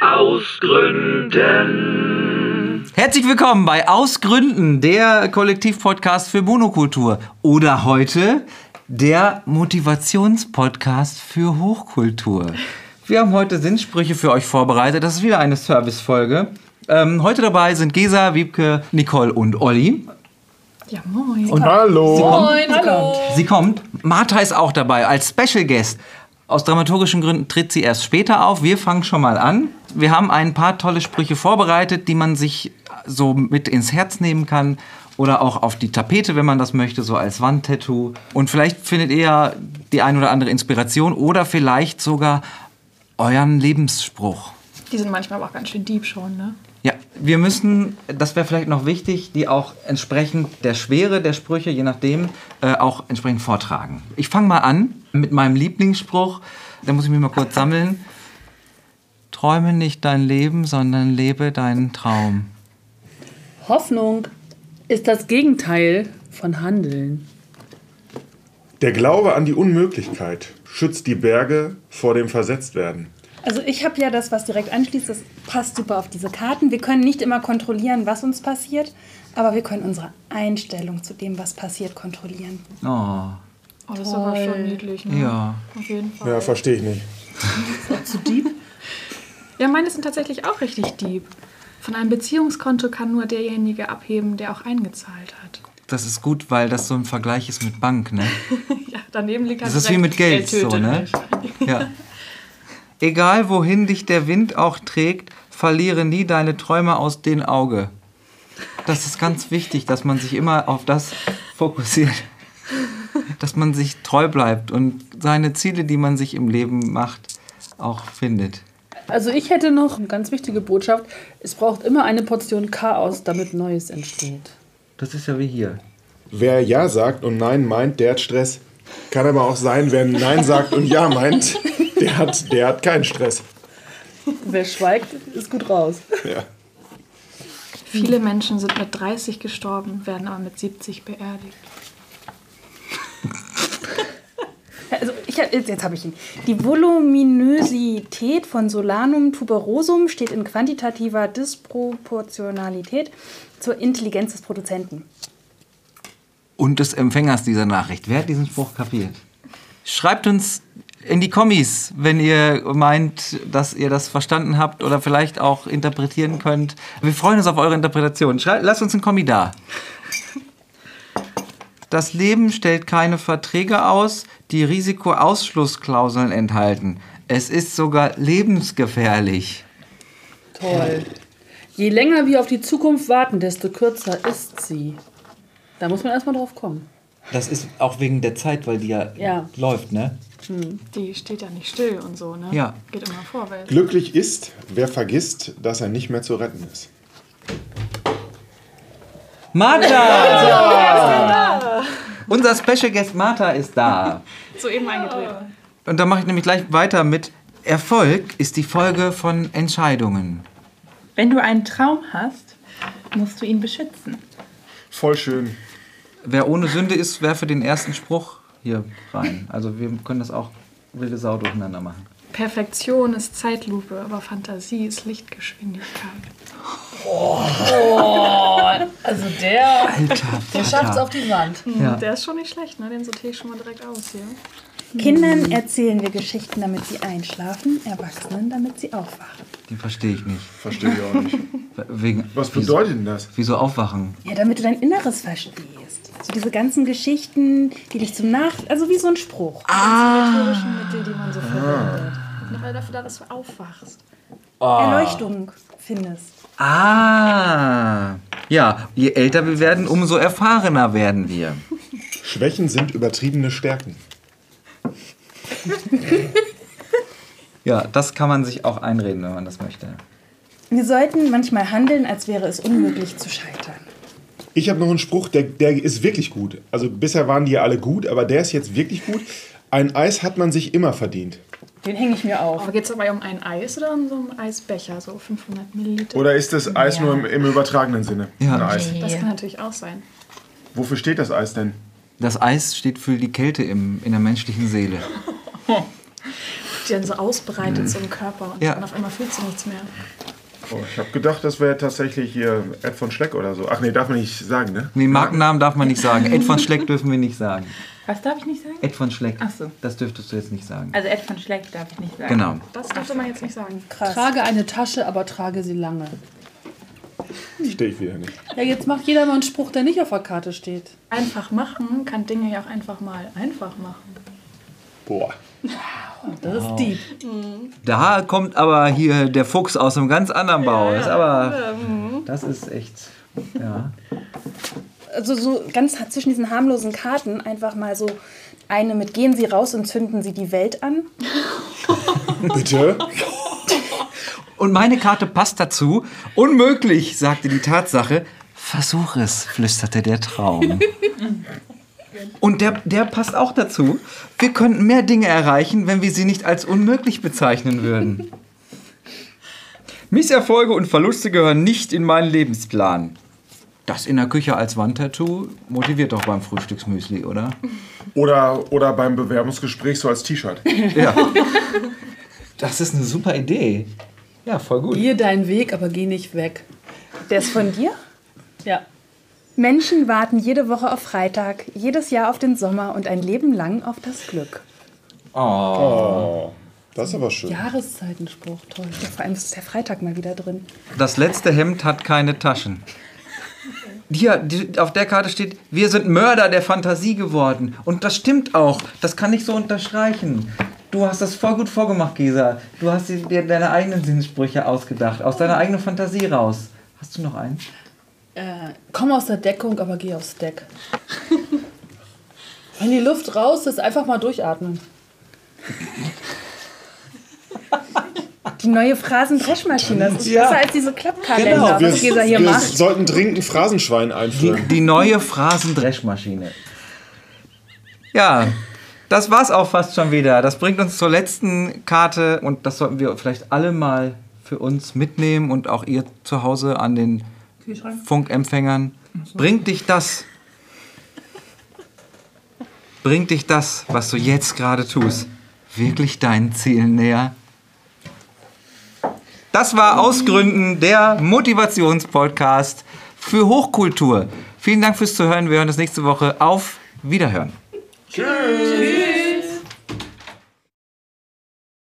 Aus Gründen. Herzlich willkommen bei Ausgründen, der Kollektivpodcast für Monokultur. Oder heute der Motivationspodcast für Hochkultur. Wir haben heute Sinnsprüche für euch vorbereitet. Das ist wieder eine Servicefolge. Ähm, heute dabei sind Gesa, Wiebke, Nicole und Olli. Ja, moin. Und Hallo. Sie kommt, moin, hallo. sie kommt. Martha ist auch dabei als Special Guest. Aus dramaturgischen Gründen tritt sie erst später auf. Wir fangen schon mal an. Wir haben ein paar tolle Sprüche vorbereitet, die man sich so mit ins Herz nehmen kann oder auch auf die Tapete, wenn man das möchte, so als Wandtattoo. Und vielleicht findet ihr ja die ein oder andere Inspiration oder vielleicht sogar euren Lebensspruch. Die sind manchmal aber auch ganz schön deep schon, ne? Ja, wir müssen, das wäre vielleicht noch wichtig, die auch entsprechend der Schwere der Sprüche, je nachdem, äh, auch entsprechend vortragen. Ich fange mal an mit meinem Lieblingsspruch. Da muss ich mich mal kurz sammeln. Träume nicht dein Leben, sondern lebe deinen Traum. Hoffnung ist das Gegenteil von Handeln. Der Glaube an die Unmöglichkeit schützt die Berge vor dem Versetztwerden. Also ich habe ja das, was direkt anschließt, das passt super auf diese Karten. Wir können nicht immer kontrollieren, was uns passiert, aber wir können unsere Einstellung zu dem, was passiert, kontrollieren. Oh, Oh, das ist aber schon niedlich, ne? ja. Auf jeden Fall. Ja, verstehe ich nicht. Ja, meine sind tatsächlich auch richtig deep. Von einem Beziehungskonto kann nur derjenige abheben, der auch eingezahlt hat. Das ist gut, weil das so ein Vergleich ist mit Bank, ne? Ja, daneben liegt halt Das ist wie direkt, mit Geld, tötet so, ne? mich. Ja. Egal wohin dich der Wind auch trägt, verliere nie deine Träume aus den Auge. Das ist ganz wichtig, dass man sich immer auf das fokussiert. Dass man sich treu bleibt und seine Ziele, die man sich im Leben macht, auch findet. Also ich hätte noch eine ganz wichtige Botschaft. Es braucht immer eine Portion Chaos, damit Neues entsteht. Das ist ja wie hier. Wer Ja sagt und Nein meint, der hat Stress. Kann aber auch sein, wer Nein sagt und Ja meint, der hat, der hat keinen Stress. Wer schweigt, ist gut raus. Ja. Viele Menschen sind mit 30 gestorben, werden aber mit 70 beerdigt. Also ich, hab- jetzt jetzt habe ich ihn. Die Voluminösität von Solanum tuberosum steht in quantitativer Disproportionalität zur Intelligenz des Produzenten. und des Empfängers dieser Nachricht. Wer hat diesen Spruch kapiert? Schreibt uns in die Kommis, wenn ihr meint, dass ihr das verstanden habt oder vielleicht auch interpretieren könnt. Wir freuen uns auf eure Interpretation. Schrei- lasst uns einen Kommi da. Das Leben stellt keine Verträge aus, die Risikoausschlussklauseln enthalten. Es ist sogar lebensgefährlich. Toll. Je länger wir auf die Zukunft warten, desto kürzer ist sie. Da muss man erstmal drauf kommen. Das ist auch wegen der Zeit, weil die Ja. läuft, ne? Die steht ja nicht still und so, ne? Ja. Geht immer vorwärts. Glücklich ist, wer vergisst, dass er nicht mehr zu retten ist. Martha! Unser Special Guest Martha ist da. Oh. Soeben eingedreht. Und da mache ich nämlich gleich weiter mit Erfolg ist die Folge von Entscheidungen. Wenn du einen Traum hast, musst du ihn beschützen. Voll schön. Wer ohne Sünde ist, werfe den ersten Spruch hier rein. Also wir können das auch wilde Sau durcheinander machen. Perfektion ist Zeitlupe, aber Fantasie ist Lichtgeschwindigkeit. Also der, Alter, der schafft es auf die Wand. Ja. Der ist schon nicht schlecht, ne? Den sortiere ich schon mal direkt aus hier. Kindern erzählen wir Geschichten, damit sie einschlafen, Erwachsenen, damit sie aufwachen. die verstehe ich nicht. Verstehe ich auch nicht. Wegen, Was bedeutet denn das? Wieso, wieso aufwachen? Ja, damit du dein Inneres verstehst. So diese ganzen Geschichten, die dich zum Nach... Also wie so ein Spruch. Rhetorischen Mittel, die man so verwendet. Na, weil dafür da, dass du aufwachst. Erleuchtung findest. Ah! Ja, je älter wir werden, umso erfahrener werden wir. Schwächen sind übertriebene Stärken. Ja, das kann man sich auch einreden, wenn man das möchte. Wir sollten manchmal handeln, als wäre es unmöglich zu scheitern. Ich habe noch einen Spruch, der, der ist wirklich gut. Also bisher waren die ja alle gut, aber der ist jetzt wirklich gut. Ein Eis hat man sich immer verdient. Den hänge ich mir auf. Aber geht es dabei um ein Eis oder um so einen Eisbecher, so 500 Milliliter? Oder ist das Eis nur im, im übertragenen Sinne? Ja. Ein Eis. das kann natürlich auch sein. Wofür steht das Eis denn? Das Eis steht für die Kälte im, in der menschlichen Seele. Die dann so ausbreitet so im Körper und Mhm. Ja. dann auf einmal fühlst du nichts mehr. Oh, ich habe gedacht, das wäre tatsächlich hier Ed von Schleck oder so. Ach nee, darf man nicht sagen, ne? Nee, Markennamen darf man nicht sagen. Ed von Schleck dürfen wir nicht sagen. Was darf ich nicht sagen? Ed von Schleck. Ach so. Das dürftest du jetzt nicht sagen. Also Ed von Schleck darf ich nicht sagen. Genau. Das dürfte man jetzt nicht sagen. Trage eine Tasche, aber trage sie lange. Verstehe ich wieder nicht. Ja, jetzt macht jeder mal einen Spruch, der nicht auf der Karte steht. Einfach machen kann Dinge ja auch einfach mal einfach machen. Boah. Das ist deep. Da kommt aber hier der Fuchs aus einem ganz anderen Bau. Das ist aber. Mhm. Das ist echt. Ja. also so ganz zwischen diesen harmlosen Karten einfach mal so eine mit gehen Sie raus und zünden Sie die Welt an. Bitte? Und meine Karte passt dazu. Unmöglich, sagte die Tatsache. Versuch es, flüsterte der Traum. Und der, der passt auch dazu. Wir könnten mehr Dinge erreichen, wenn wir sie nicht als unmöglich bezeichnen würden. Misserfolge und Verluste gehören nicht in meinen Lebensplan. Das in der Küche als Wandtattoo motiviert doch beim Frühstücksmüsli, oder? Oder, oder beim Bewerbungsgespräch so als T-Shirt. Ja. Das ist eine super Idee. Ja, voll gut. Geh deinen Weg, aber geh nicht weg. Der ist von dir? Ja. Menschen warten jede Woche auf Freitag, jedes Jahr auf den Sommer und ein Leben lang auf das Glück. Das ist aber schön. Jahreszeitenspruch, toll. Ja, vor allem ist der Freitag mal wieder drin. Das letzte Hemd hat keine Taschen. Hier, die, auf der Karte steht, wir sind Mörder der Fantasie geworden. Und das stimmt auch. Das kann ich so unterstreichen. Du hast das voll gut vorgemacht, Gesa. Du hast dir- dir deine eigenen Sinnsprüche ausgedacht. Aus deiner eigenen Fantasie raus. Hast du noch einen? Äh, komm aus der Deckung, aber geh aufs Deck. Wenn die Luft raus ist, einfach mal durchatmen. Die neue Phrasendreschmaschine, das ist Ja. besser als diese Klappkalender, Genau, was Gesa hier wir macht. sollten dringend ein Phrasenschwein einführen. Die neue Phrasendreschmaschine. Ja, das war's auch fast schon wieder. Das bringt uns zur letzten Karte und das sollten wir vielleicht alle mal für uns mitnehmen und auch ihr zu Hause an den Kühlschrank. Funkempfängern. Bringt dich das. Bringt dich das, was du jetzt gerade tust, wirklich deinen Zielen näher? Das war Ausgründen der Motivationspodcast für Hochkultur. Vielen Dank fürs Zuhören. Wir hören uns nächste Woche. Auf Wiederhören. Tschüss.